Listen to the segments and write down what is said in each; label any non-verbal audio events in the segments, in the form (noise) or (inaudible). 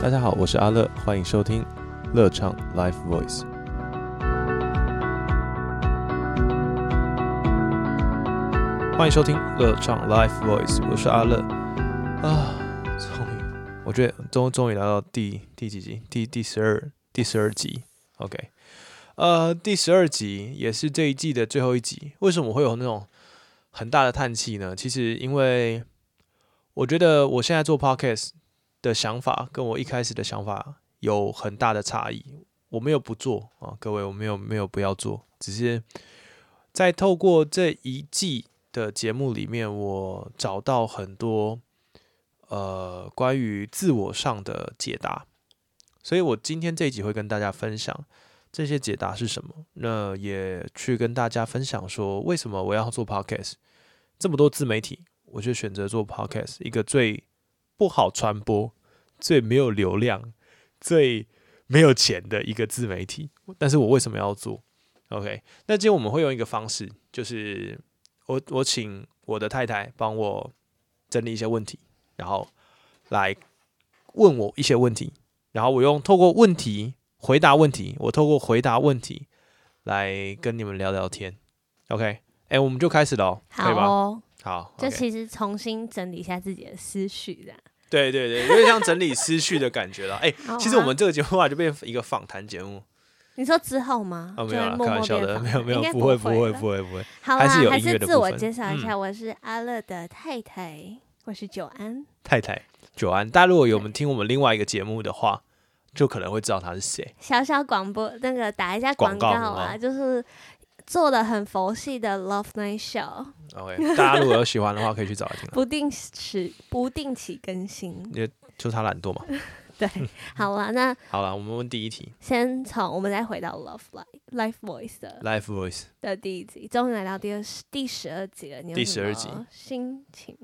大家好，我是阿乐，欢迎收听乐唱 Live Voice。欢迎收听乐唱 Live Voice，我是阿乐。啊，终于，我觉得终终于来到第第几集？第第十二第十二集。OK，呃，第十二集也是这一季的最后一集。为什么会有那种很大的叹气呢？其实因为我觉得我现在做 podcast 的想法跟我一开始的想法有很大的差异。我没有不做啊，各位，我没有没有不要做，只是在透过这一季的节目里面，我找到很多呃关于自我上的解答。所以我今天这一集会跟大家分享这些解答是什么，那也去跟大家分享说为什么我要做 podcast。这么多自媒体，我就选择做 podcast，一个最不好传播、最没有流量、最没有钱的一个自媒体。但是我为什么要做？OK，那今天我们会用一个方式，就是我我请我的太太帮我整理一些问题，然后来问我一些问题，然后我用透过问题回答问题，我透过回答问题来跟你们聊聊天。OK，哎、我们就开始了哦，可好以吧？哦，好，就 OK 其实重新整理一下自己的思绪的。对对对，有点像整理思绪的感觉了。 (laughs) 哎、好其实我们这个节目啊，就变一个访谈节目你说之后吗？啊，哦就没有会啦，默开玩默笑变的，访没有没有，应该不不会不会了不会不会。好还啦，是有音乐的自部我分嗯介绍一下，我是阿乐的太太，我是九安。太太久安，大家如果有我们听我们另外一个节目的话，就可能会知道他是谁。小小广播那个打一下广告告哦啊，吗就是做的很佛系的 Love Night Show， (laughs) OK，大家如果有喜欢的话，可以去找来听啊。不定时不定期更新。就他懒惰嘛。 (laughs) 对，好啦，那好了，我们问第一题先从我们再回到 Love Life Life Voice 的，Life Voice。的第一集，终于来到第二十第十二集了。你有第什么12集心情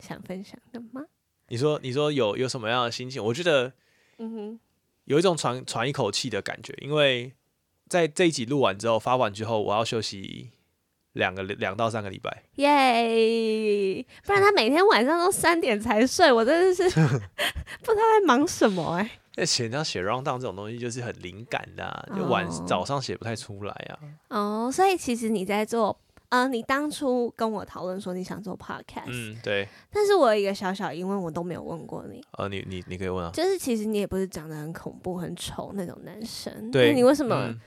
想分享的吗？你说你说有有什么样的心情？我觉得嗯哼，有一种喘喘一口气的感觉，因为在这一集录完之后，发完之后，我要休息两个两到三个礼拜。耶！不然他每天晚上都三点才睡，我真的是 (laughs) 不知道在忙什么哎、那写像写 round down 这种东西就是很灵感的、啊，就晚、哦早上写不太出来啊。哦，所以其实你在做，呃，你当初跟我讨论说你想做 podcast，、嗯，对，但是我有一个小小疑问，我都没有问过你，呃，你你你可以问啊。就是其实你也不是长得很恐怖、很丑那种男生，对那你为什么？嗯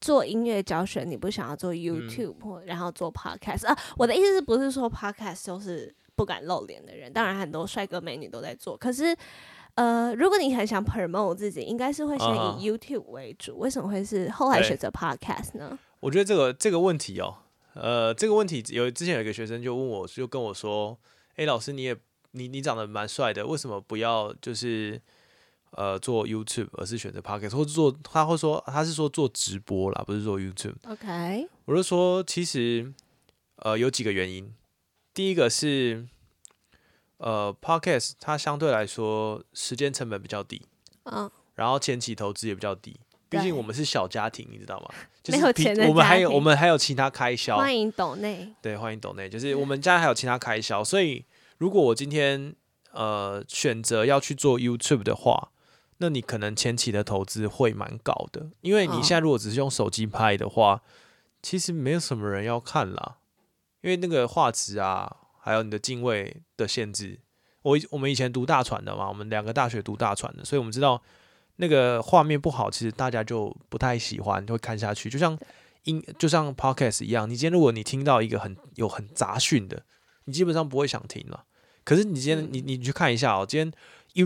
做音乐教学，你不想要做 YouTube 或、然后做 Podcast 啊？我的意思是不是说 Podcast 就是不敢露脸的人？当然很多帅哥美女都在做，可是呃，如果你很想 promote 自己，应该是会先啊哈以 YouTube 为主，为什么会是后来对选择 Podcast 呢？我觉得这个这个问题哦，呃，这个问题有之前有一个学生就问我，就跟我说，哎，老师你也你你长得蛮帅的，为什么不要就是呃做 YouTube，而是选择 Podcast 或者做？他会说他是说做直播啦，不是做 YouTube。 OK，我就说，其实呃有几个原因，第一个是呃 podcast 它相对来说时间成本比较低，嗯，然后前期投资也比较低。毕对竟我们是小家庭，你知道吗？就没是有比钱的我们家还有我庭们还有其他开销，欢迎抖内，对，欢迎抖内，就是我们家还有其他开销，所以如果我今天呃选择要去做 YouTube 的话，那你可能前期的投资会蛮高的，因为你哦现在如果只是用手机拍的话，其实没有什么人要看啦，因为那个画质啊，还有你的敬畏的限制。我以我们以前读大传的嘛，我们两个大学读大传的，所以我们知道那个画面不好，其实大家就不太喜欢，就会看下去。就像音，就像 podcast 一样，你今天如果你听到一个很有很杂讯的，你基本上不会想听了。可是你今天你你你去看一下哦，今天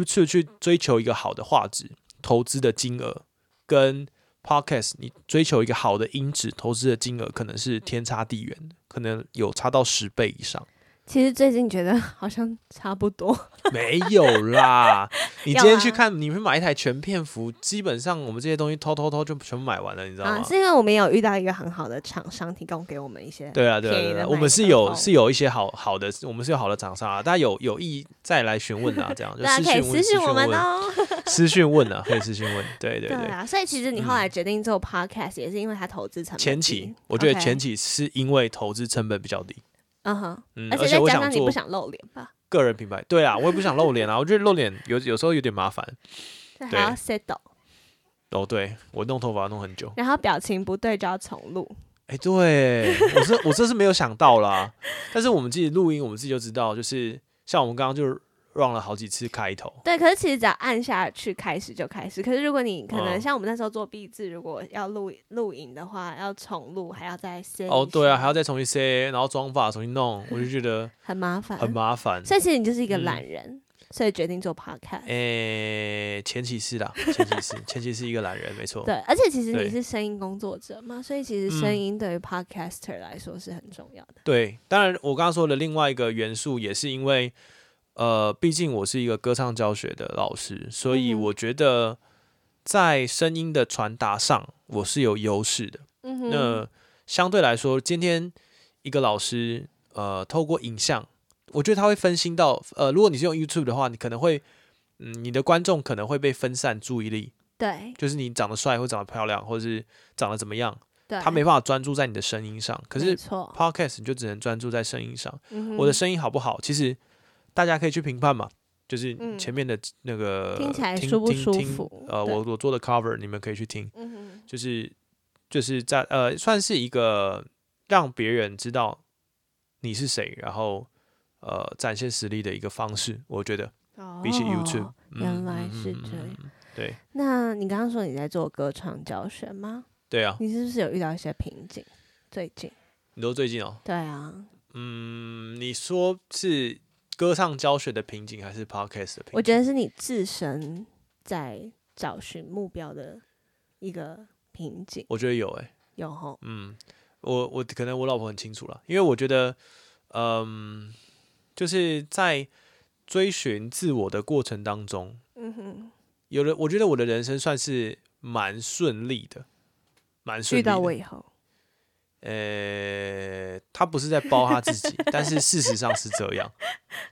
YouTube 去追求一个好的画质，投资的金额跟 podcast 你追求一个好的音质，投资的金额可能是天差地远，可能有差到十倍以上。其实最近觉得好像差不多， (laughs) 没有 (laughs) 啦，你有今天啊去看，你会买一台全片幅，基本上我们这些东西偷偷偷就全部买完了，你知道吗？啊，是因为我们有遇到一个很好的厂商提供给我们一些，对啊，对啊，便宜对啊的哦我们麦是克有风是有一些好好的，我们是有好的厂商啊，大家有有意再来询问 (laughs) 啊，这样就大私家可以讯私问，信我们问，哦。私讯问啊，可以私讯问，对对对对。嗯啊，所以其实你后来决定做 podcast 也是因为它投资成本前低期我觉得嗯 OK 前期是因为投资成本比较低，嗯哼，嗯，而而且且再我加想上你不做，想露脸吧？个人品牌。对啊，我也不想露脸啊，我觉得露脸有有时候有点麻烦。这还要 settle，哦，对我弄头发弄很久。然后表情不对就要重录。哎、对我是我真是没有想到啦。但是我们自己录音，我们自己就知道，就是像我们刚刚就 run 了好几次开头。对，可是其实只要按下去开始就开始。可是如果你可能嗯像我们那时候做壁纸，如果要录录影的话，要重录还要再 set，哦，对啊，还要再重新塞，然后装发重新弄，我就觉得很麻烦，很麻烦。所以其实你嗯就是一个嗯哎懒人，所以决定做 podcast。诶、前期是啦，前期是前期是一个懒人，没错。对，而且其实你对嗯是声音工作者嘛，所以其实声音对于 podcaster 来说是很重要的。对，当然我刚刚说的另外一个元素，也是因为，呃，毕竟我是一个歌唱教学的老师，所以嗯哼我觉得在声音的传达上，我是有优势的。嗯哼，那相对来说，今天一个老师，呃，透过影像，我觉得他会分心到，呃，如果你是用 YouTube 的话，你可能会，嗯，你的观众可能会被分散注意力，对就是你长得帅或长得漂亮，或是长得怎么样，对，他没办法专注在你的声音上。可没是错， Podcast 你就只能专注在声音上。嗯我的哼声音好不好，其实大家可以去评判嘛，就是嗯前面的那个听起来听舒不听舒听服呃，对我我做的 cover 你们可以去听。嗯哼就是就是在呃，算是一个让别人知道你是谁，然后呃展现实力的一个方式，我觉得比起 YouTube，、哦原来是这样嗯对那你刚刚说你在做歌唱教学吗？对啊，你是不是有遇到一些瓶颈？最近？你说最近哦，对啊，嗯，你说是歌唱教学的瓶颈还是 Podcast 的瓶颈？我觉得是你自身在找寻目标的一个瓶颈，我觉得有诶、有吼，嗯，我我可能我老婆很清楚了，因为我觉得，嗯，就是在追寻自我的过程当中，嗯哼，有了，我觉得我的人生算是蛮顺利的，蛮顺遇利的。到我以后，呃，他不是在包他自己，但是事实上是这样，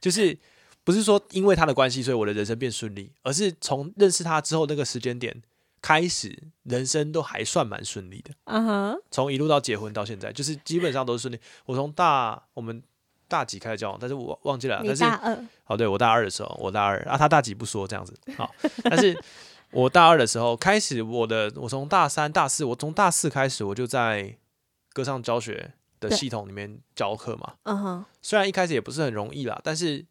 就是不是说因为他的关系，所以我的人生变顺利，而是从认识他之后那个时间点开始，人生都还算蛮顺利的。啊哈，从一路到结婚到现在，就是基本上都是顺利。我从大我们大几开始交往，但是我忘记了啦，你但是大二，哦，对我大二的时候，我大二啊，他大几不说这样子，好，但是我大二的时候开始，我的我从大三、大四，我从大四开始我就在歌唱教学的对系统里面教课嘛，嗯哼，虽然一开始也不是很容易啦，但是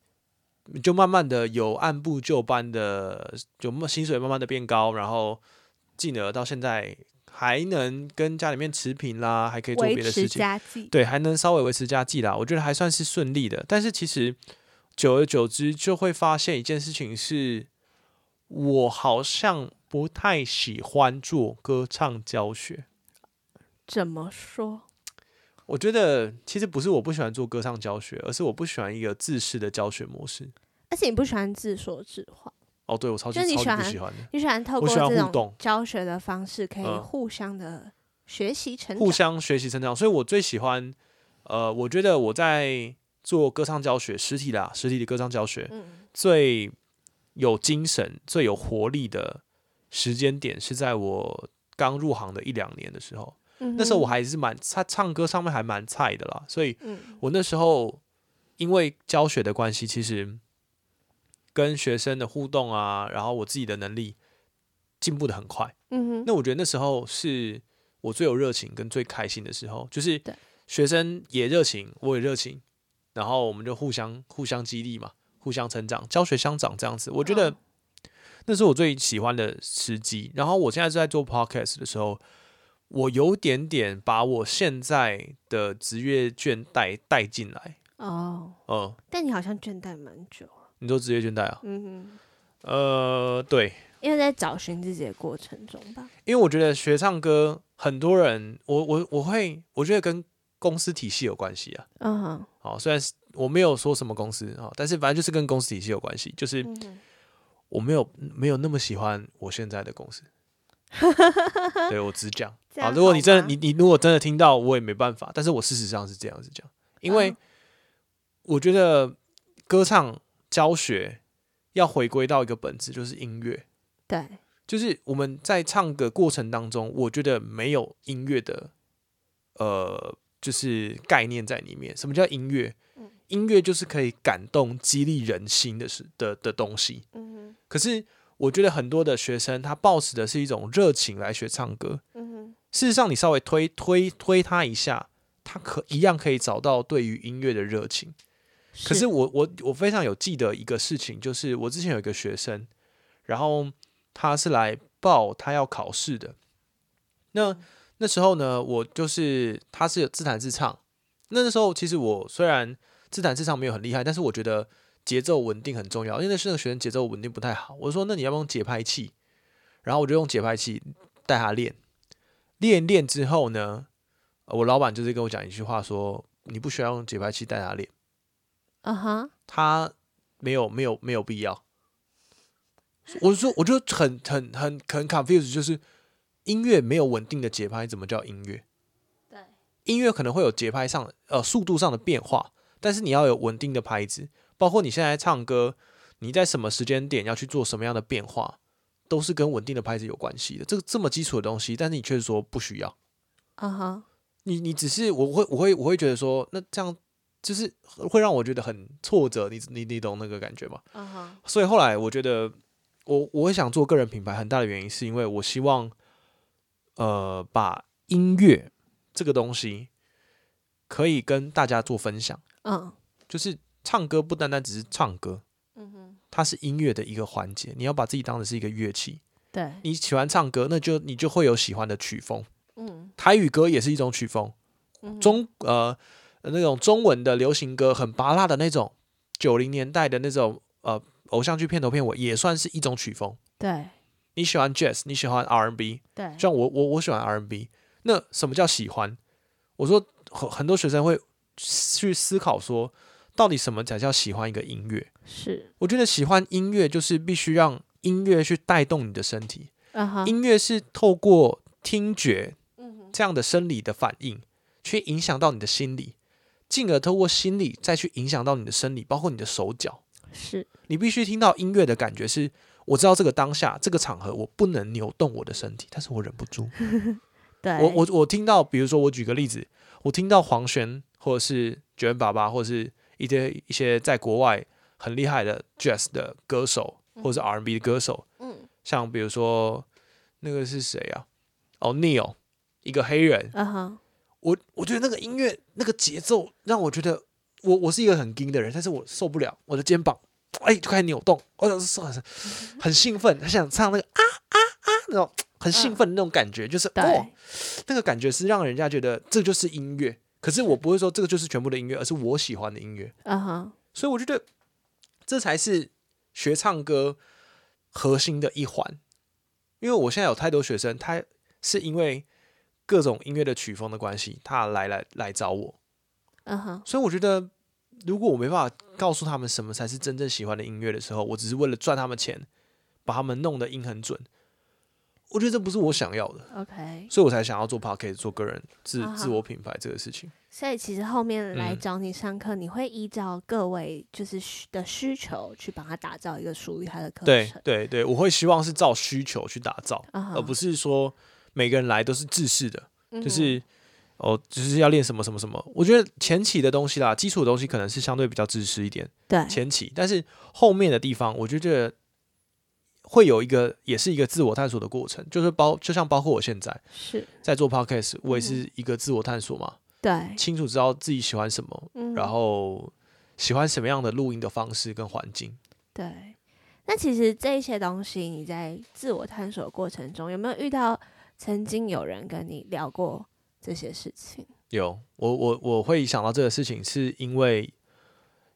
就慢慢的有按部就班的，就薪水慢慢的变高，然后进而到现在还能跟家里面持平啦，还可以做维别的持事情，家计，对，还能稍微维持家计啦，我觉得还算是顺利的。但是其实久而久之就会发现一件事情是，我好像不太喜欢做歌唱教学。怎么说？我觉得其实不是我不喜欢做歌唱教学，而是我不喜欢一个自式的教学模式。而且你不喜欢自说自话，哦，对我超级就是你超级不喜喜欢的，你喜欢透我过喜欢这互动种教学的方式，可以嗯互相的学习成长互。相学习成长。所以我最喜欢，呃，我觉得我在做歌唱教学，实体啦，实体的歌唱教学嗯，最有精神、最有活力的时间点是在我刚入行的一两年的时候。嗯那时候我哼，还是蛮他唱歌上面还蛮菜的啦，所以嗯，我那时候因为教学的关系，其实跟学生的互动啊，然后我自己的能力进步的很快。嗯哼，那我觉得那时候是我最有热情跟最开心的时候，就是对学生也热情，我也热情，然后我们就互相互相激励嘛，互相成长，教学相长这样子。我觉得嗯那是我最喜欢的时机。然后我现在在做 podcast 的时候，我有点点把我现在的职业倦怠带进来。哦，嗯，但你好像倦怠蛮久了，你说职业倦怠啊？嗯呃，对，哼，因为在找寻自己的过程中吧，因为我觉得学唱歌，很多人，我我我会，我觉得跟公司体系有关系啊。嗯哼，好，虽然是我没有说什么公司啊，但是反正就是跟公司体系有关系，就是嗯哼我没有没有那么喜欢我现在的公 (laughs) 司。对我只讲这啊，样如果你真的好吗你你如果真的听到，我也没办法，但是我事实上是这样子讲，因为嗯我觉得歌唱教学要回归到一个本质，就是音乐。对，就是我们在唱歌过程当中，我觉得没有音乐的，呃，就是概念在里面。什么叫音乐嗯？音乐就是可以感动、激励人心的事的的东西。嗯可是我觉得很多的学生他抱持的是一种热情来学唱歌，哼，嗯事实上你稍微推推推他一下，他可一样可以找到对于音乐的热情。哼，可是我我我非常有记得一个事情，就是我之前有一个学生，然后他是来报他要考试的。那那时候呢，我就是他是有自弹自唱。那那时候其实我虽然自弹自唱没有很厉害，但是我觉得节奏稳定很重要，因为那是那个学生节奏稳定不太好。我说那你要不要用节拍器？然后我就用节拍器带他练，练练之后呢，呃我老板就是跟我讲一句话说，你不需要用节拍器带他练。啊哈，他没有没有没有必要。我就说，我就很很很很 confused，就是音乐没有稳定的节拍，怎么叫音乐？对，音乐可能会有节拍上的呃速度上的变化，但是你要有稳定的拍子，包括你现在唱歌，你在什么时间点要去做什么样的变化，都是跟稳定的拍子有关系的。这个这么基础的东西，但是你却说不需要。啊哈，你你只是我会我会我会觉得说，那这样就是会让我觉得很挫折，你你你懂那个感觉吗？啊哈，所以后来我觉得我，我会想做个人品牌，很大的原因是因为我希望，呃，把音乐这个东西可以跟大家做分享。嗯就是唱歌不单单只是唱歌，嗯哼，它是音乐的一个环节。你要把自己当成是一个乐器。对，你喜欢唱歌，那就你就会有喜欢的曲风。嗯台语歌也是一种曲风，嗯，中呃那种中文的流行歌，很拔辣的那种，九零年代的那种呃偶像剧片头片尾，也算是一种曲风。对你喜欢 jazz，你喜欢 R&B，对，像我我我喜欢 R&B。那什么叫喜欢？我说很很多学生会去思考说，到底什么才叫喜欢一个音乐？是我觉得喜欢音乐就是必须让音乐去带动你的身体，啊哈，音乐是透过听觉嗯哼，这样的生理的反应，去影响到你的心理，进而透过心理再去影响到你的生理，包括你的手脚。是你必须听到音乐的感觉是，我知道这个当下这个场合我不能扭动我的身体，但是我忍不住。对，我我我听到，比如说我举个例子，我听到黄轩或者是九恩爸爸，或者是一些一些在国外很厉害的 jazz 的歌手，或者是 R&B 的歌手，嗯像比如说那个是谁啊？哦，Neil，一个黑人，啊哈，我我觉得那个音乐那个节奏让我觉得我我是一个很硬的人，但是我受不了我的肩膀，哎就开始扭动，我是很很兴奋，很想唱那个啊啊啊那种很兴奋的那种感觉，就是哦对，那个感觉是让人家觉得这就是音乐。可是我不会说这个就是全部的音乐，而是我喜欢的音乐，啊哈，所以我觉得这才是学唱歌核心的一环。因为我现在有太多学生，他是因为各种音乐的曲风的关系，他来来来找我，啊哈，所以我觉得，如果我没办法告诉他们什么才是真正喜欢的音乐的时候，我只是为了赚他们钱，把他们弄得音很准，我觉得这不是我想要的， OK，所以我才想要做 p o c k e t 做个人自啊哈自我品牌这个事情。所以其实后面来嗯找你上课，你会依照各位就是需的需求去帮他打造一个属于他的课对程，对对，我会希望是照需求去打造，啊哈，而不是说每个人来都是制式的，嗯哼就是。哦，就是要练什么什么什么。我觉得前期的东西啦，基础的东西可能是相对比较知识一点，对前期，但是后面的地方，我就觉得会有一个，也是一个自我探索的过程，就是包就像包括我现在是，在做 podcast，我也嗯是一个自我探索嘛，对，清楚知道自己喜欢什么，嗯然后喜欢什么样的录音的方式跟环境。对。那其实这些东西，你在自我探索的过程中，有没有遇到曾经有人跟你聊过这些事情？有我我我会想到这个事情，是因为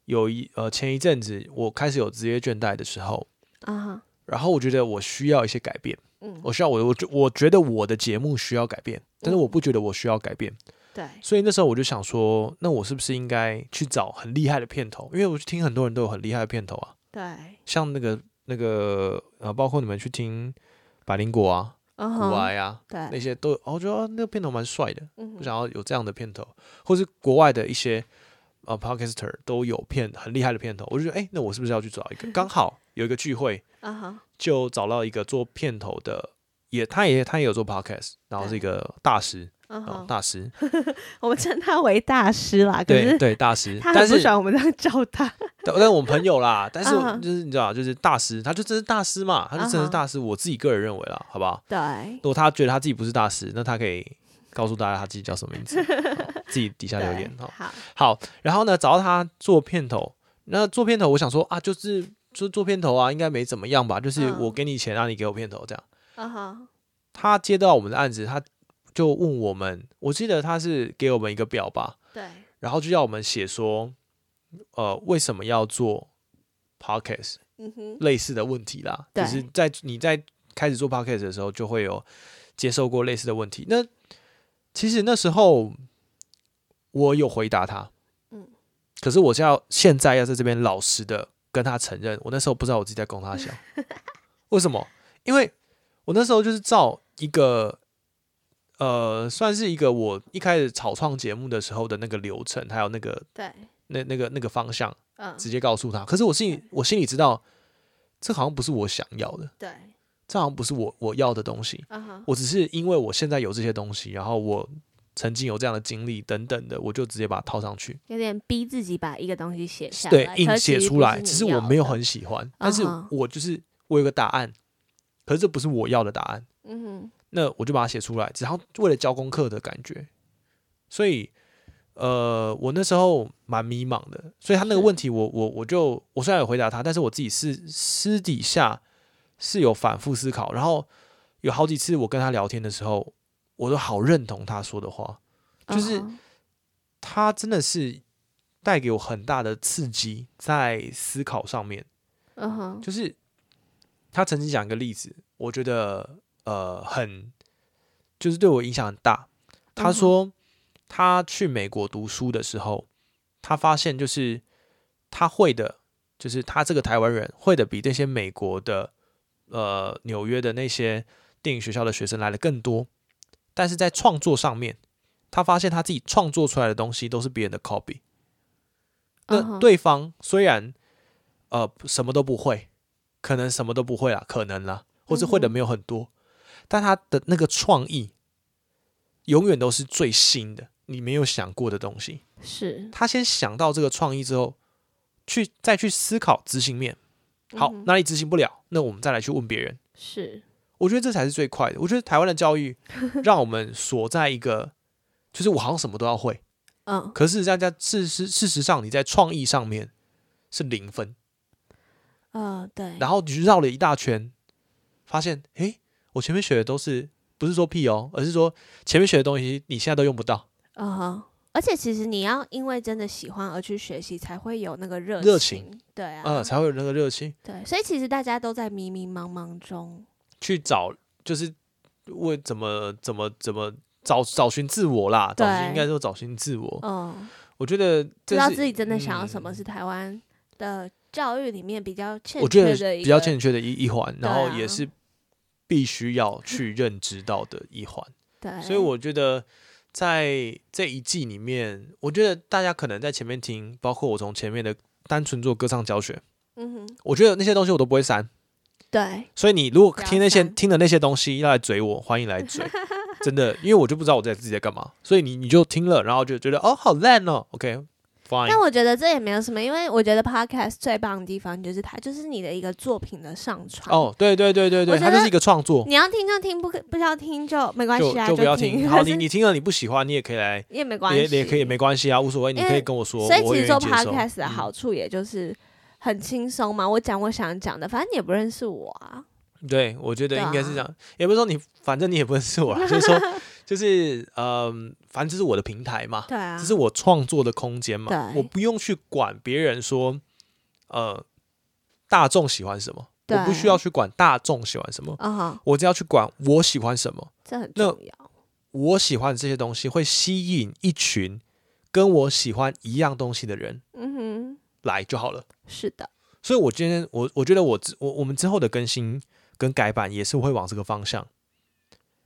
有一呃前一阵子我开始有职业倦怠的时候，啊哈，然后我觉得我需要一些改变，嗯，我需要我我觉我觉得我的节目需要改变，但是我嗯不觉得我需要改变。对，所以那时候我就想说，那我是不是应该去找很厉害的片头？因为我去听很多人都有很厉害的片头啊，对，像那个那个呃，包括你们去听百灵果啊、啊古哈，埃啊那对，些都有，哦我觉得啊那个片头蛮帅的，嗯我哼，想要有这样的片头，或是国外的一些呃 podcaster 都有片很厉害的片头，我就觉得哎、那我是不是要去找一 (laughs) 个？刚好有一个聚会，啊哈，就找到一个做片头的，也他也他也有做 podcast，然后是一个大师，啊嗯哦哼， (laughs) 大师，我们称他为大师啦，可对是 (laughs) 对，大师。他但很不是喜欢我们这样叫他。 (laughs) 但但我们朋友 (laughs) 啦，但是我嗯就是你知道，就是大师，他就真是大师嘛，他就真的嗯是哼大师。我自己个人认为啦，好不好？ (laughs) 对如果他觉得他自己不是大师，那他可以告诉大家他自己叫什么名 (laughs) 字，好自己底下留言对，哈。好，好，然后呢，找到他做片头，那做片头，我想说啊，就是就做片头啊，应该没怎么样吧，就是嗯我给你钱，让、啊你给我片头这样。嗯哼，他接到我们的案子，他就问我们，我记得他是给我们一个表吧，对，然后就要我们写说，呃，为什么要做 podcast 嗯哼，类似的问题啦，对就是在你在开始做 podcast 的时候，就会有接受过类似的问题。那其实那时候我有回答他，嗯可是我是要现在要在这边老实的跟他承认，我那时候不知道我自己在供他笑， (laughs) 为什么？因为我那时候就是照一个。呃，算是一个我一开始草创节目的时候的那个流程，还有那个对，那那个那个方向，嗯，直接告诉他。可是我心里我心里知道，这好像不是我想要的，对，这好像不是我我要的东西。嗯哼，我只是因为我现在有这些东西，然后我曾经有这样的经历等等的，我就直接把它套上去，有点逼自己把一个东西写下对，来硬可写其实出不来。你只是要我没有的，很喜欢，但是嗯哼我就是我有个答案，可是这不是我要的答案，嗯哼，那我就把它写出来，然后为了交功课的感觉，所以。呃，我那时候蛮迷茫的，所以他那个是问题我，我我就我虽然有回答他，但是我自己是私底下是有反复思考，然后有好几次我跟他聊天的时候，我都好认同他说的话，就是嗯哼他真的是带给我很大的刺激在思考上面，嗯哼，就是他曾经讲一个例子，我觉得呃很就是对我影响很大。他嗯哼说他去美国读书的时候，他发现就是他会的，就是他这个台湾人会的比那些美国的呃纽约的那些电影学校的学生来的更多，但是在创作上面，他发现他自己创作出来的东西都是别人的 copy。嗯那哼，呃对方虽然呃什么都不会，可能什么都不会啦，可能啦，或是会的嗯哼没有很多，但他的那个创意永远都是最新的，你没有想过的东西。嗯是，他先想到这个创意之后，去再去思考执行面，好嗯哼哪里执行不了，那我们再来去问别人。是，我觉得这才是最快的。我觉得台湾的教育让我们锁在一个，就是我好像什么都要会，嗯，可是大家事实事实上你在创意上面是零分。呃，对，然后你就绕了一大圈，发现诶，我前面学的都是不是说屁哦，而是说前面学的东西你现在都用不到，嗯哼。而且其实你要因为真的喜欢而去学习，才会有那个热热情情，对啊，嗯、才会有那个热情对，所以其实大家都在迷迷茫茫中，去找，就是为怎么怎么怎么找找寻自我啦，找寻对应该说找寻自我。嗯，我觉得知这道是自己真的想要什嗯么是台湾的教育里面比较欠我觉缺得的一比较个欠缺的一一环，对然后也啊是必须要去认知到的一环。对，所以我觉得在这一季里面，我觉得大家可能在前面听，包括我从前面的单纯做歌唱教学，嗯哼，我觉得那些东西我都不会删。对，所以你如果听那些不要删听的那些东西要来追我，欢迎来追，真的，因为我就不知道我在自己在干嘛，所以你你就听了，然后就觉得哦好烂哦，OK fine，但我觉得这也没有什么，因为我觉得 podcast 最棒的地方就是它就是你的一个作品的上传。哦对对对对对，我觉它得就是一个创作，你要听就听，不不要听就没关就系啊，就不要听。好，可 (laughs) 是你你听了你不喜欢，你也可以来，也没关也系，也可以没关系啊，无所谓，你因为可以跟我说，所以我愿其实意做接受。嗯 podcast 的好处，也就是很轻松嘛。我讲我想讲的，反正你也不认识我啊。对，我觉得对应该是啊这样，也不是说你，反正你也不认识我啊啦，就是 (laughs) 说，就是嗯、反正这是我的平台嘛，对啊这，是我创作的空间嘛，对我不用去管别人说，呃，大众喜欢什么，对我不需要去管大众喜欢什么，啊哈，我只要去管我喜欢什么，这很重那要。我喜欢这些东西会吸引一群跟我喜欢一样东西的人嗯来就好了。哼，是的，所以我今天我我觉得我之我我们之后的更新跟改版也是会往这个方向。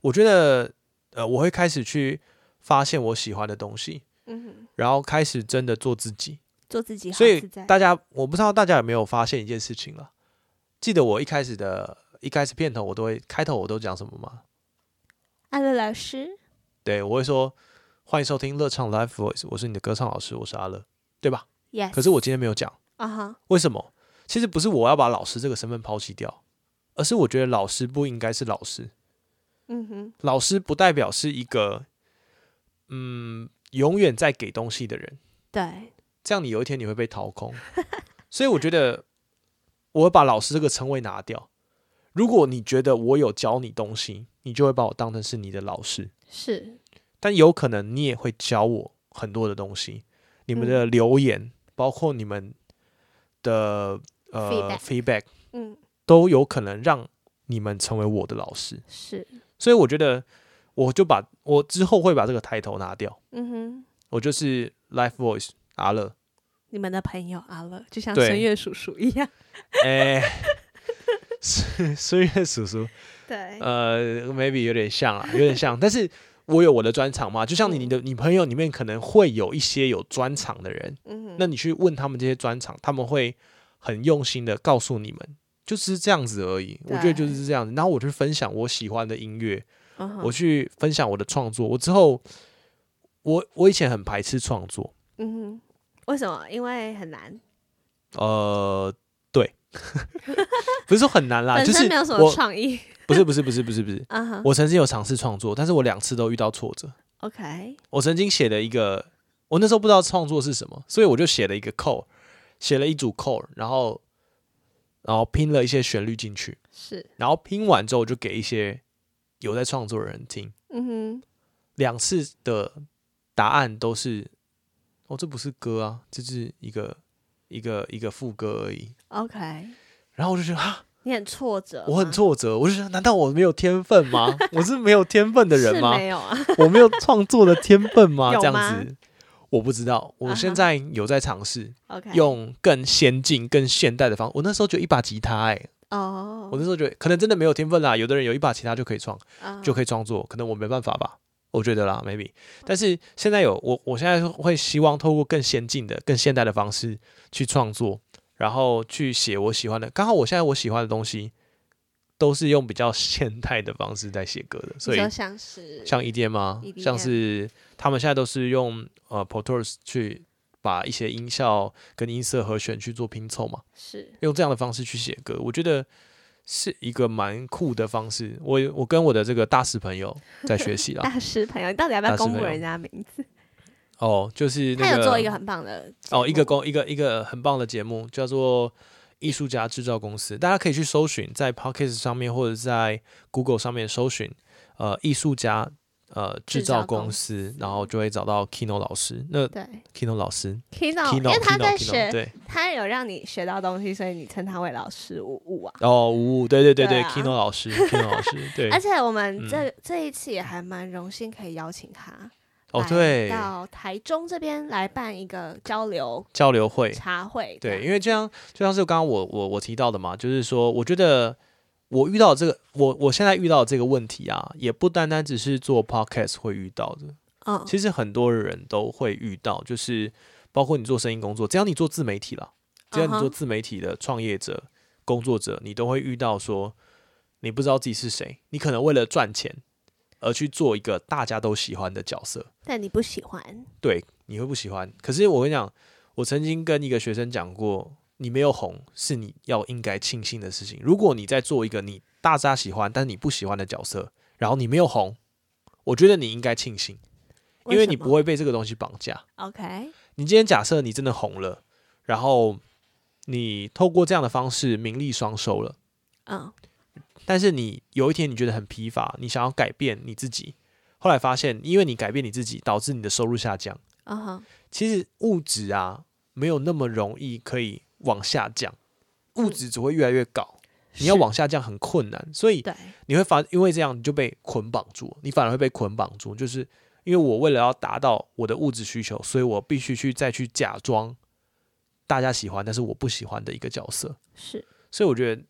我觉得呃，我会开始去发现我喜欢的东西，嗯哼，然后开始真的做自己。做自己好所以自在。大家，我不知道大家有没有发现一件事情了？记得我一开始的一开始片头我都会开头我都讲什么吗？安乐老师，对我会说欢迎收听乐唱 Live Voice，我是你的歌唱老师，我是阿乐，对吧？ Yes，可是我今天没有讲，啊哈，为什么？其实不是我要把老师这个身份抛弃掉，而是我觉得老师不应该是老师，嗯哼，老师不代表是一个嗯永远在给东西的人，对，这样你有一天你会被掏空。所以我觉得我会把老师这个称谓拿掉。如果你觉得我有教你东西，你就会把我当成是你的老师，是但有可能你也会教我很多的东西。你们的留言，包括你们的呃 Feedback feedback，嗯都有可能让你们成为我的老师。是，所以我觉得，我就把我之后会把这个抬头拿掉，嗯哼，我就是 Life Voice 阿乐。你们的朋友阿乐，就像对孙悦叔叔一样，哎、 (laughs) 孙孙悦叔叔，对，呃，maybe 有点像啦，有点像，但是。我有我的专场嘛，就像你你的你朋友里面可能会有一些有专场的人，嗯哼，那你去问他们这些专场，他们会很用心的告诉你们，就是这样子而已。我觉得就是这样子。然后我去分享我喜欢的音乐，嗯哼我去分享我的创作。我之后，我我以前很排斥创作，嗯哼，为什么？因为很难，呃，对， (laughs) 不是说很难啦， (laughs) 本啊就身是没有什么我创意，不是不是不是不是不是，啊哈我曾经有尝试创作，但是我两次都遇到挫折。 ，OK，我曾经写了一个，我那时候不知道创作是什么，所以我就写了一个扣，写了一组扣，然后然后拼了一些旋律进去，是，然后拼完之后我就给一些有在创作的人听。嗯哼，两次的答案都是，哦，这不是歌啊，这是一个一个一个副歌而已。 OK，然后我就觉得啊，你很挫折吗，我很挫折，我就觉得难道我没有天分吗？我是没有天分的人 (laughs) 是吗？没有啊，我没有创作的天分吗？ (laughs) 有这吗样子，我不知道。我啊哈现在有在尝试 (laughs) OK，用更先进、更现代的方我那时候就一把吉他、欸，哦，我那时候觉得可能真的没有天分啦。有的人有一把吉他就可以创，啊就可以创作，可能我没办法吧。我觉得啦，maybe。但是现在有我，我现在会希望透过更先进的、更现代的方式去创作，然后去写我喜欢的。刚好我现在我喜欢的东西都是用比较现代的方式在写歌的，所你以说像是像 EDM 啊， EDM 像是他们现在都是用呃 Pro Tools 去把一些音效跟音色和弦去做拼凑嘛，是用这样的方式去写歌，我觉得是一个蛮酷的方式。我我跟我的这个大师朋友在学习啦， (laughs) 大师朋友，你到底要不要啊大师公布朋友人家的名字？哦，就是那他有做一个个很棒的节哦一个目公一个一个很棒的节目，叫做。艺术家制造公司，大家可以去搜寻，在 Podcast 上面或者在 Google 上面搜寻，呃，艺术家呃制制造造公公司，然后就会找到 Kino 老师。那对 Kino 老师 Kino，因哦，Kino 为他 Kino 在 Kino，学，对，他有让你学到东西，所以你称他为老师无误啊。哦，五五，对对对对对啊，Kino 老师，Kino 老师， (laughs) 对而，且我们嗯这、这一次也还蛮荣幸可以邀请他哦来对，到台中这边来办一个交流交流会，茶会这样，对，因为就像就像是刚刚我我我提到的嘛，就是说，我觉得我遇到这个，我我现在遇到这个问题啊，也不单单只是做 podcast 会遇到的，嗯其实很多人都会遇到，就是包括你做声音工作，只要你做自媒体啦，只要你嗯做哼自媒体的创业者、工作者，你都会遇到说，你不知道自己是谁，你可能为了赚钱而去做一个大家都喜欢的角色，但你不喜欢，对，你会不喜欢。可是我跟你讲，我曾经跟一个学生讲过，你没有红是你要应该庆幸的事情。如果你在做一个你大家喜欢但是你不喜欢的角色，然后你没有红，我觉得你应该庆幸，因为什你么不会被这个东西绑架。 OK，你今天假设你真的红了，然后你透过这样的方式名利双收了，嗯但是你有一天你觉得很疲乏，你想要改变你自己，后来发现因为你改变你自己，导致你的收入下降。嗯哼，其实物质啊，没有那么容易可以往下降，物质只会越来越高。你要是往下降很困难，所以对你会发，因为这样你就被捆绑住，你反而会被捆绑住。就是因为我为了要达到我的物质需求，所以我必须去再去假装大家喜欢，但是我不喜欢的一个角色。是所以我觉得，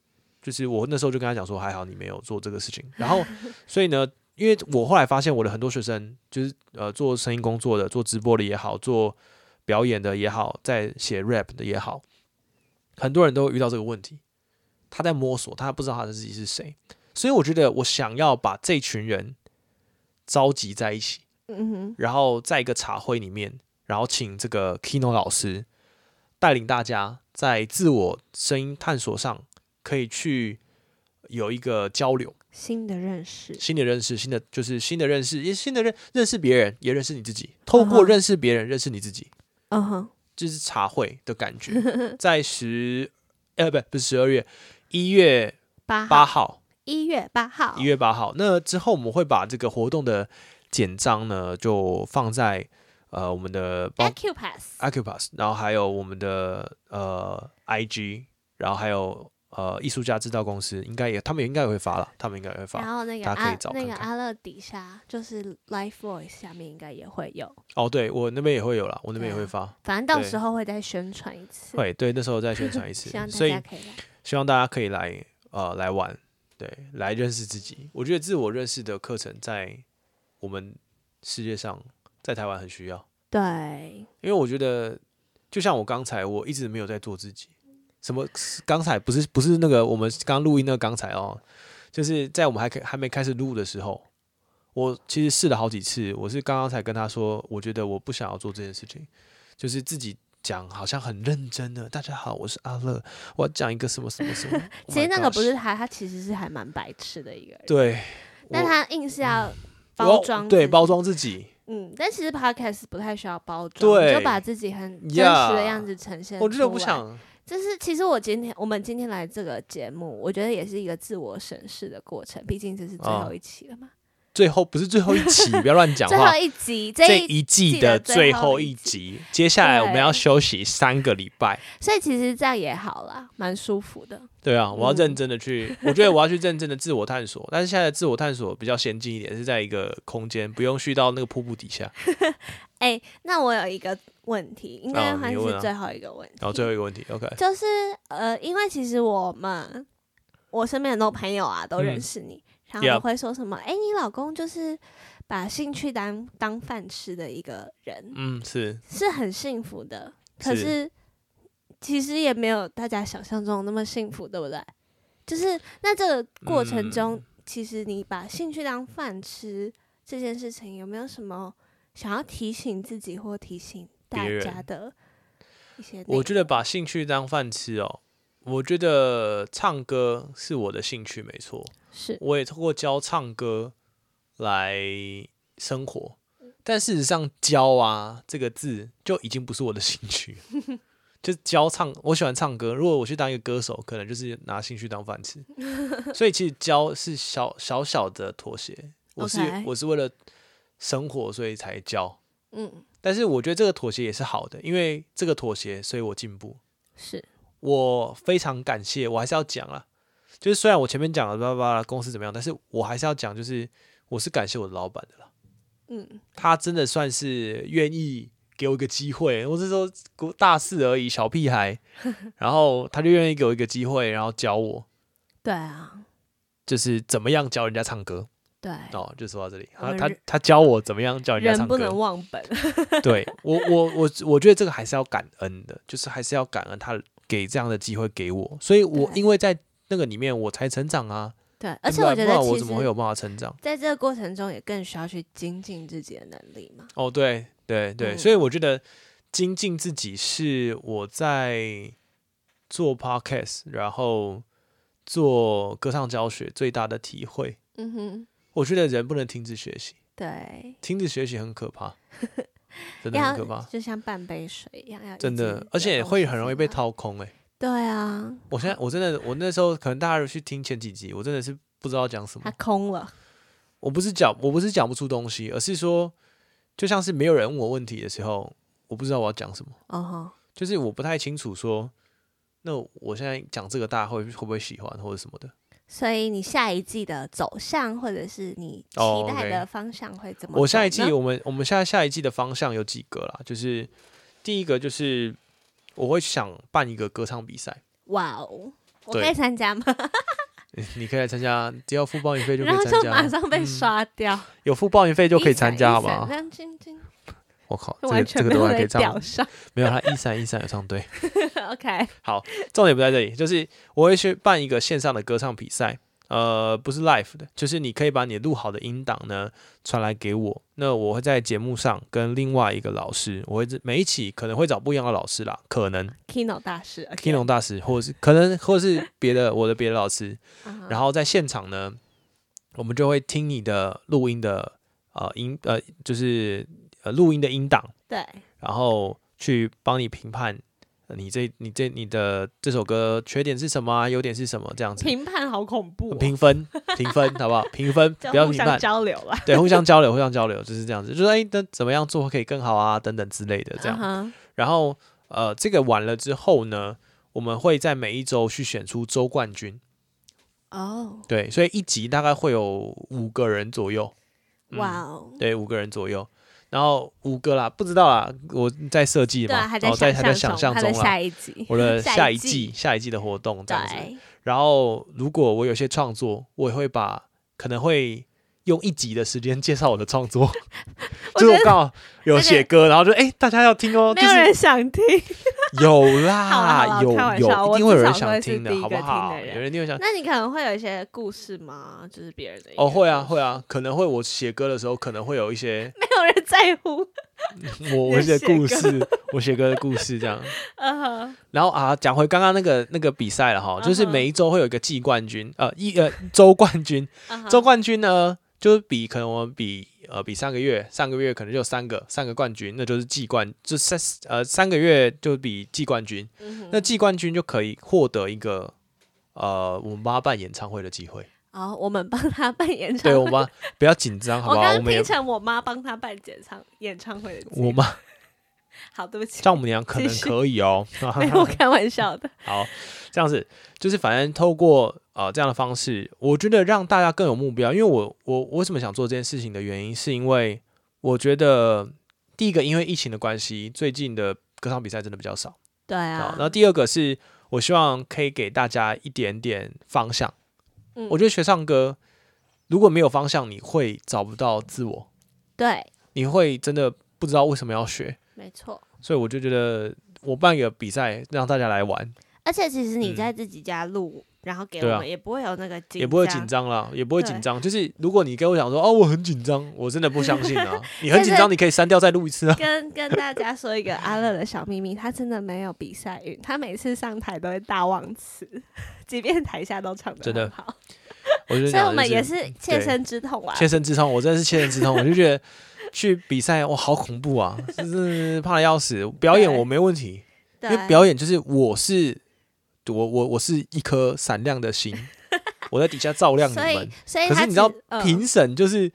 就是我那时候就跟他讲说，还好你没有做这个事情。然后，所以呢，因为我后来发现我的很多学生，就是呃做声音工作的、做直播的也好、做表演的也好、在写 rap 的也好，很多人都会遇到这个问题。他在摸索，他不知道他自己是谁。所以我觉得，我想要把这群人召集在一起，嗯哼，然后在一个茶会里面，然后请这个 Kino 老师带领大家在自我声音探索上，可以去有一个交流，新的认识，新的认识，新的就是新的认识，也新的认认识别人，也认识你自己，透过嗯哼认识别人，认识你自己，嗯哼，这、是茶会的感觉，在十呃不不是十二月一月八八号，号。一月八号一，月八号。那之后我们会把这个活动的简章呢，就放在呃我们的 a c u p a s s Acupass，然后还有我们的呃 IG，然后还有呃艺术家制造公司，应该也他们应该也会发了，他们应该也会发。然后那个大家可以阿找那看个看阿乐底下就是 Life Voice 下面应该也会有，哦，对我那边也会有啦，我那边也对啊会发。反正到对时候会再宣传一次，会对，那时候再宣传一次 (laughs) 希望，大所以家可以来。希望大家可以来呃来玩，对，来认识自己。我觉得自我认识的课程在我们世界上，在台湾很需要。对，因为我觉得，就像我刚才，我一直没有在做自己。什么刚才不是不是那个我们刚录音那个刚才哦，就是在我们还可还没开始录的时候，我其实试了好几次。我是刚刚才跟他说，我觉得我不想要做这件事情，就是自己讲好像很认真的。大家好，我是阿乐，我要讲一个什么什么什么。Oh (laughs) 其实 my 那个不 gosh 是他，他其实是还蛮白痴的一个人，对，但我嗯他硬是要我包要装，对包，装自己。嗯，但其实 podcast 不太需要包装，对就把自己很真实 Yeah 的样子呈现。我真的不，想，就是其实我今天我们今天来这个节目，我觉得也是一个自我审视的过程，毕竟这是最啊后一期了嘛，最后不是最后一 (laughs) 期，不要乱讲最话后。一集这这一，一季季的的最最后后一一集，接下来我们要对休息三个礼拜。所以其实这样也好啦，蛮舒服的。对啊，我要认嗯真的去，我觉得我要去认真的自我探索。但是现在的自我探索比较先进一点，是在一个空间，不用去到那个瀑布底下。哎、那我有一个问题，应该哦还你问啊是最后一个问题，然后最后一个问题，OK，就是呃，因为其实我们我身边很多朋友啊都认识你，然嗯 Yeah 后会说什么？哎、你老公就是把兴趣当当饭吃的一个人，嗯，是是很幸福的。可是是其实也没有大家想象中那么幸福，对不对？就是那这个过程中，嗯其实你把兴趣当饭吃这件事情，有没有什么想要提醒自己或提醒大别人家的一些内容？我觉得把兴趣当饭吃哦。我觉得唱歌是我的兴趣，没错。是我也通过教唱歌来生活，但事实上“教”啊这个字就已经不是我的兴趣了，就是教唱。我喜欢唱歌，如果我去当一个歌手，可能就是拿兴趣当饭吃。所以其实“教”是小小小的妥协，我是 OK 我是为了生活所以才教，嗯但是我觉得这个妥协也是好的，因为这个妥协，所以我进步。是。我非常感谢，我还是要讲啦。就是虽然我前面讲了巴拉巴拉公司怎么样，但是我还是要讲，就是我是感谢我的老板的啦。嗯，他真的算是愿意给我一个机会，我是说国大四而已，小屁 (laughs) 孩，然后他就愿意给我一个机会，然后教我对啊，就是怎么样教人家唱歌。对，哦，就说到这里，我他们他人他教我怎么样教人家人唱不能歌。忘本。对我我我我觉得这个还是要感恩的，就是还是要感恩他给这样的机会给我，所以我对因为在那个里面我才成长啊。对，而且不然我觉不然得我其怎么会实有办法成长？在这个过程中也更需要去精进自己的能力嘛。哦，对对对，嗯所以我觉得精进自己是我在做 podcast，然后做歌唱教学最大的体会。嗯哼，我觉得人不能停止学习，对，停止学习很可 (laughs) 怕，真的要很可怕，就像半杯水一样，要一真直的，而且有会东西很容易被进来。掏空、欸。哎，对啊，我现在我真的，我那时候可能大家去听前几集，我真的是不知道讲什么它。空了。我不是讲我不是讲不出东西，而是说，就像是没有人问我问题的时候，我不知道我要讲什么，哦吼，就是我不太清楚说，那我现在讲这个大家会会不会喜欢或者什么的。所以你下一季的走向，或者是你哦期，OK 待的方向会怎么走呢？我下一季我们我们现在下一季的方向有几个啦，就是第一个就是我会想办一个歌唱比赛， (laughs) 哇哦，我对可以参加吗？你可以来参加，只要付报名费就可 (laughs) 然后以参就马加，上被刷掉，有付报名费就可以一闪参加，好一不闪好这？样叮叮我靠，这个完这全个没都有还可以被唱屌，上。没有他一三一 (laughs) E 三有唱对。 (laughs) OK，重点不在这里，就是我会去办一个线上的歌唱比赛，呃，不是 live 的，就是你可以把你录好的音档呢传来给我，那我会在节目上跟另外一个老师，我会每一期可能会找不一样的老师啦，可能 Kino 大师 k i n o 大师，或者是可能或者是别的我的别的老师， (laughs) 然后后在现场呢，我们就会听你的录音的呃音呃就是呃录音的音档，对然后去帮你评判呃你这你这你的这首歌缺点是什么啊，优点是什么这样子。评判好恐怖、哦，评分，评 (laughs) 分，好不好？评分，就不要互评相判，交流啦。对， (laughs) 互相交流，互相交流，就是这样子。就是哎，那怎么样做可以更好啊？等等之类的，这样。样然后呃，这个完了之后呢，我们会在每一周去选出周冠军。哦，对，所以一集大概会有五个人左右。嗯哇哦，对，五个人左右。然后五个啦，不知道啦，我在设计对嘛，啊，还在哦在还在想想象象中，还在中啦。下一集， (laughs) 我的下一一季，下一季的活动这样子。对，然后如果我有些创作，我也会把可能会用一集的时间介绍我的创 (laughs) 作，我就是觉我得刚好有那个写歌，然后就哎、诶大家要听哦，没就有是人想 (laughs) 听。 (laughs) 有好啦好啦，啦有开玩笑有，一我定会有至人少想会是听的第一好个不听好？的人有人一定会想。那你可能会有一些故事吗？就是别人的哦，会啊，故事会，啊，可能会我写歌的时候，可能会有一 (laughs) 些没有人在乎。我我你写的故写事，我写歌的故事这样。嗯哼，然后啊，讲回刚刚那个那个比赛了哈，就是嗯哼每一周会有一个季冠军，呃，一呃周冠军，嗯哼周冠军呢，就是比可能我们比呃比上个月，上个月可能就有三个三个冠军，那就是季冠，就三呃三个月就比季冠军，嗯哼那季冠军就可以获得一个呃我们帮他办演唱会的机会。 (laughs) 哦，我们帮他办演唱会。对，我们帮不要紧张，好我不好？刚我刚们听也成我妈帮他办演唱演唱会的机会。我 (laughs) 妈好，对不起，丈母娘可能继续可以哦。 (laughs) 没有开玩笑的。好，这样子就是反正透过呃这样的方式，我觉得让大家更有目标。因为我我我为什么想做这件事情的原因，是因为我觉得第一个因为疫情的关系，最近的歌唱比赛真的比较少。对好啊，然后第二个是我希望可以给大家一点点方向。嗯我觉得学唱歌如果没有方向，你会找不到自我，对，你会真的不知道为什么要学。没错。所以我就觉得我办一个比赛让大家来玩，而且其实你嗯在自己家录，然后给对啊我们也不会有那个紧，也不会紧。张啦，也不会紧对张。就是如果你跟我讲说哦，我很紧张，我真的不相信 (laughs) 啊。你很就是紧张，你可以删掉再录一次啊。 (laughs) 跟跟大家说一个阿乐的小秘密，他真的没有比赛运，他每次上台都会大忘词，即便台下都唱真的的很好，我就所以讲我们就也是嗯是切身之痛啊。切身之痛，我真的是切身之痛。我就 (laughs) 觉得去比赛哇，好恐怖啊，真是怕的要死。表演对我没问题，因对为，表演就是我是我我我是一颗闪亮的 (laughs) 心，我在底下照亮你所以们。所以可他是你知道只嗯评审就是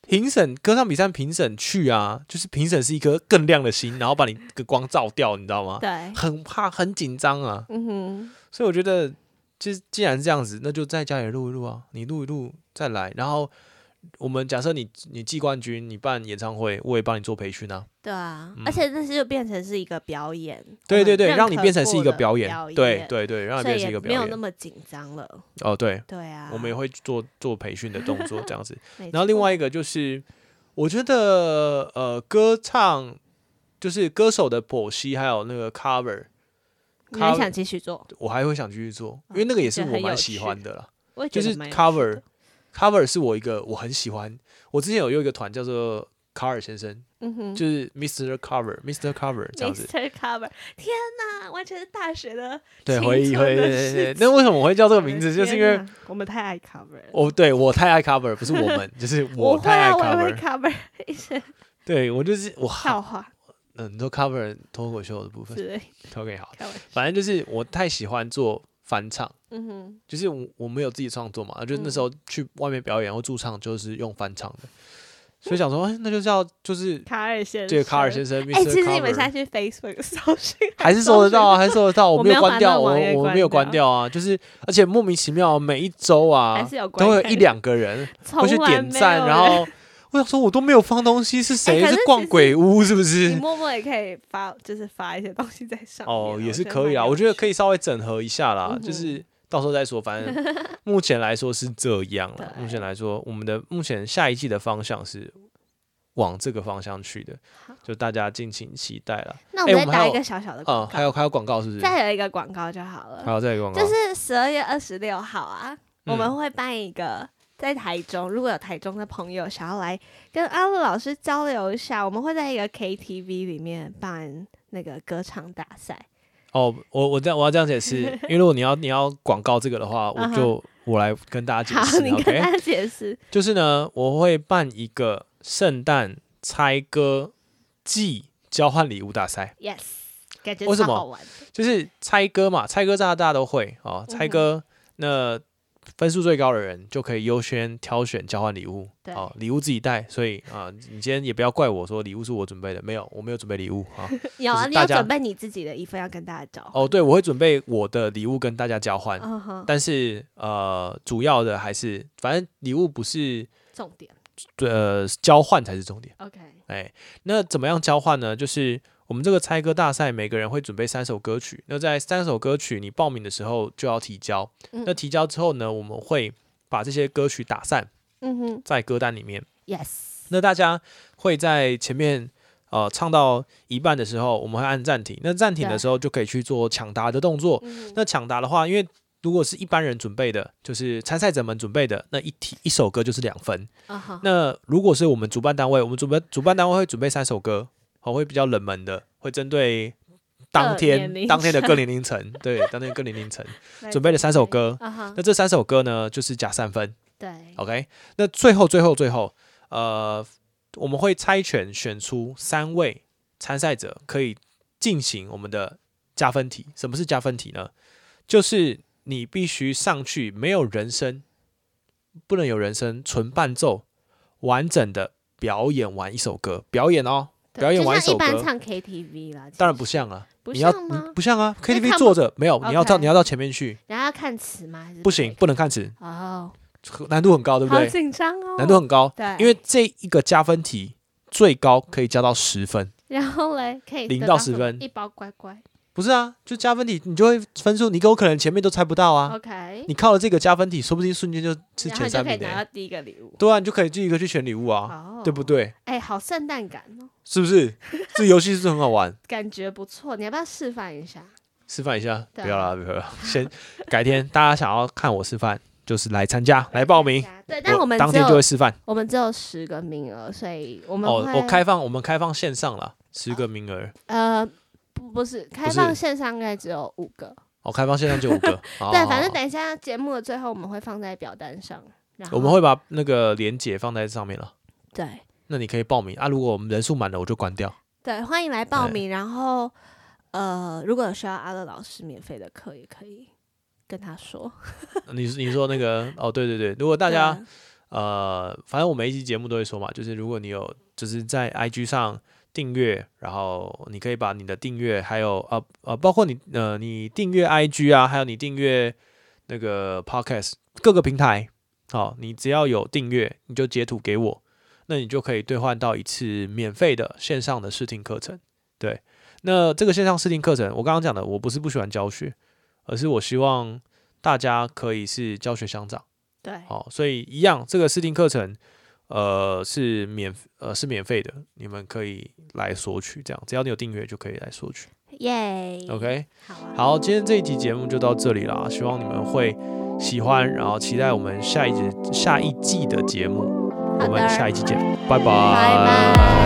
评审歌唱比赛评审去啊，就是评审是一颗更亮的心，然后把你的光照掉，你知道吗？对，很怕很紧张啊，嗯哼，所以我觉得就是既然这样子，那就在家里录一录啊，你录一录再来，然后。我们假设你你季冠军，你办演唱会，我也帮你做培训啊。对啊嗯，而且这是就变成是一个表演，对我对们对，认让你可变成是一过个的表演，演，对，对对，让你所变以成也一个没表有那演。么紧张了，哦，对，对啊，我们也会做做培训的动作这样 (laughs) 子。没然后另错外一个就是，我觉得呃，歌唱就是歌手的剖析，还有那个 cover，你还 cover- 想继续做，我还会想继续做，因为嗯那个也是觉得我很蛮有喜趣欢的啦。我也就觉得是蛮有趣 cover 的 cover 是我一个我很喜欢，我之前有有一个团叫做卡尔先生，嗯哼，就是 Mr. Cover Mr. Cover 这样子。 Mr. Cover，天哪，完全是大学的对，青回忆春回忆。的对对事对那为什么我会叫这这个名字？就是因为我们太爱 cover 了。我对我太爱 cover，不是我 (laughs) 们，就是我会太爱啊，我也会 cover。 cover (laughs) 一些对我就是我好，笑话嗯，你说 cover 脱口秀的部分之类的， ，OK 好。开玩笑。反正就是我太喜欢做翻唱，嗯哼，就是我我没有自己创作嘛，就是那时嗯候去外面表演或驻唱就是用翻唱的，所以想说，哎、那就叫就是卡尔先生，这个卡尔先生哎， ，Mr. 其实你们 Cover 现在去 Facebook 搜寻，还是搜得到啊，还是搜得到，我我没没有有关掉，把那我网页我关没有关掉掉啊，就是而且莫名其妙每一周还啊是有都会有观看一两个人从会去来点没赞，有然人哎后我想说我都没有放东西，是谁可是是逛其鬼屋是不是你？默默也可以发，就是发一些东西在上面啊哦，也是可以蛮啦，有我觉得趣可以稍微整合一下啦，嗯就哼是到时候再说。反正 (laughs) 目前来说是这样啦，对目前来说，我们的目前下一季的方向是往这个方向去的好，就大家敬请期待啦。那我哎们我再们还打一有个小小的啊、广告，还有还有广告是不是？再有一个广告就好了还。有再有广告，就是十二月二十六号啊，嗯我们会办一个在台中，如果有台中的朋友想要来跟阿乐老师交流一下，我们会在一个 KTV 里面办那个歌唱大赛。哦，我我这样我要这样解 (laughs) 释，因为如果你要你要广告这个的话，我就我来跟大家嗯好解，释你跟，OK？大家解释。就是呢，我会办一个圣诞猜歌暨交换礼物大赛， Yes，感觉为什超么好玩的。就是猜歌嘛，猜歌大家大家都会哦，嗯猜歌、那分数最高的人就可以优先挑选交换礼物对哦，礼物自己带，所以啊、你今天也不要怪我说礼物是我准备的，没有，我没有准备礼物啊。有就啊，是你大有家准备你自己的一份要跟大家交换。哦，对，我会准备我的礼物跟大家交换，嗯哼，但是呃，主要的还是反正礼物不是重点。呃交换才是重点。 OK，哎，那怎么样交换呢？就是我们这个猜歌大赛，每个人会准备三首歌曲。那在三首歌曲你报名的时候就要提交。嗯那提交之后呢，我们会把这些歌曲打散嗯哼在歌单里面。 ，Yes，那大家会在前面呃唱到一半的时候，我们会按暂停。那暂停的对时候就可以去做抢答的动作。嗯那抢答的话，因为如果是一般人准备的，就是参赛者们准备的，那一题一首歌就是两分。嗯哼，那如果是我们主办单位，我们主办主办单位会准备三首歌，好、会比较冷门的，会针对当年天龄当天的各年龄层，对，当天各年龄层那准备了三首。歌。啊哈那，这三首歌呢，就是加三分对， ，OK。那最后最后最后，呃，我们会猜拳选出三位参赛者，可以进行我们的加分题。什么是加分题呢？就是你必须上去，没有人声，不能有人声，纯伴奏，完整的表演完一首歌，表演哦。对表演完一就像首一般歌唱 KTV 啦，其当然实不像啊， (laughs) 不你要像你吗？不像啊因为，KTV 看不坐着没有，你要到 OK 你要到前面去，然后要看词吗？还是不可以行，不能看词，看？哦，难度很高，对不好对？紧张哦，难度很高，对，因为这一个加分题最高可以加到十分，然后嘞，可以0得到什10么分一包乖乖。不是啊？就加分题，你就会分数，你有可能前面都猜不到啊。 OK，你靠了这个加分题，说不定瞬间就是然后前你就三可以名的、哎拿到第一个礼物。对啊，你就可以自己一个去选礼物啊，哦对不？对？哎，好圣诞感哦，是不是？这游戏是不是很好玩？感觉不错。你要不要示范一下？示范一下，对啊不要啦，不要啦，先改天大家想要看我示范，就是来参加，来报名。。对，但我们当只天就有会示范我们只有十个名额，所以我们哦，会我开放我们开放线上了，十个名额，呃不不是开不是放线上，应该只有五个。哦，开放线上就五个，哦好 (laughs) 对，好反好正等一下节目的最后，我们会放在表单上。然后我们会把那个连结放在上面了。对那你可以报名啊。如果我们人数满了，我就关掉。 (laughs) 对，欢迎来报名。然后呃，如果有需要阿乐老师免费的课，也可以跟他说。你你说那个哦，对对对，如果大对家呃，反正我每一期节目都会说嘛，就是如果你有就是在 IG 上订阅，然后你可以把你的订阅还有呃呃，包括你呃你订阅 IG 啊，还有你订阅那个 Podcast 各个平台，好、你只要有订阅，你就截图给我，那你就可以兑换到一次免费的线上的试听课程。对，那这个线上试听课程，我刚刚讲的，我不是不喜欢教学，而是我希望大家可以是教学相长。对好，所以一样，这个试听课程，呃，是免呃是免费的，你们可以来索取，这样只要你有订阅就可以来索取。耶 OK，好啊，好，今天这一集节目就到这里啦，希望你们会喜欢，然后期待我们下一集下一季的节目，好我们的下一季见，拜拜拜。